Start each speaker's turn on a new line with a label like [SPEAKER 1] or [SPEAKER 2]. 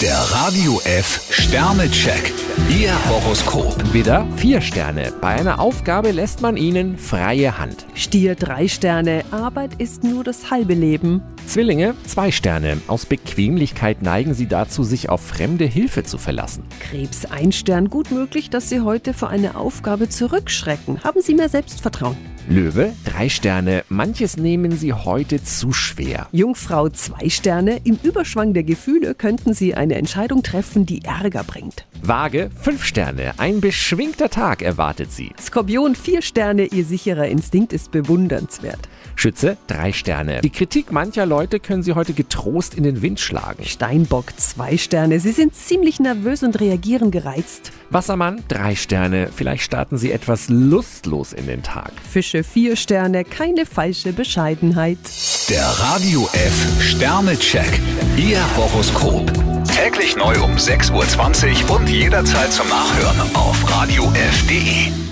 [SPEAKER 1] Der Radio F Sternecheck. Ihr Horoskop.
[SPEAKER 2] Widder, vier Sterne. Bei einer Aufgabe lässt man ihnen freie Hand.
[SPEAKER 3] Stier drei Sterne, Arbeit ist nur das halbe Leben.
[SPEAKER 2] Zwillinge, zwei Sterne. Aus Bequemlichkeit neigen sie dazu, sich auf fremde Hilfe zu verlassen.
[SPEAKER 3] Krebs ein Stern, gut möglich, dass Sie heute vor eine Aufgabe zurückschrecken. Haben Sie mehr Selbstvertrauen.
[SPEAKER 2] Löwe, drei Sterne. Manches nehmen sie heute zu schwer.
[SPEAKER 3] Jungfrau zwei Sterne, im Überschwang der Gefühle könnten Sie eine Entscheidung treffen, die Ärger bringt.
[SPEAKER 2] Waage, fünf Sterne. Ein beschwingter Tag erwartet sie.
[SPEAKER 3] Skorpion vier Sterne, Ihr sicherer Instinkt ist bewundernswert.
[SPEAKER 2] Schütze, drei Sterne. Die Kritik mancher Leute können sie heute getrost in den Wind schlagen.
[SPEAKER 3] Steinbock zwei Sterne, Sie sind ziemlich nervös und reagieren gereizt.
[SPEAKER 2] Wassermann, drei Sterne. Vielleicht starten sie etwas lustlos in den Tag.
[SPEAKER 3] Fische vier Sterne, keine falsche Bescheidenheit.
[SPEAKER 1] Der Radio F Sternecheck. Ihr Horoskop. Täglich neu um 6.20 Uhr und jederzeit zum Nachhören auf Radio radiof.de.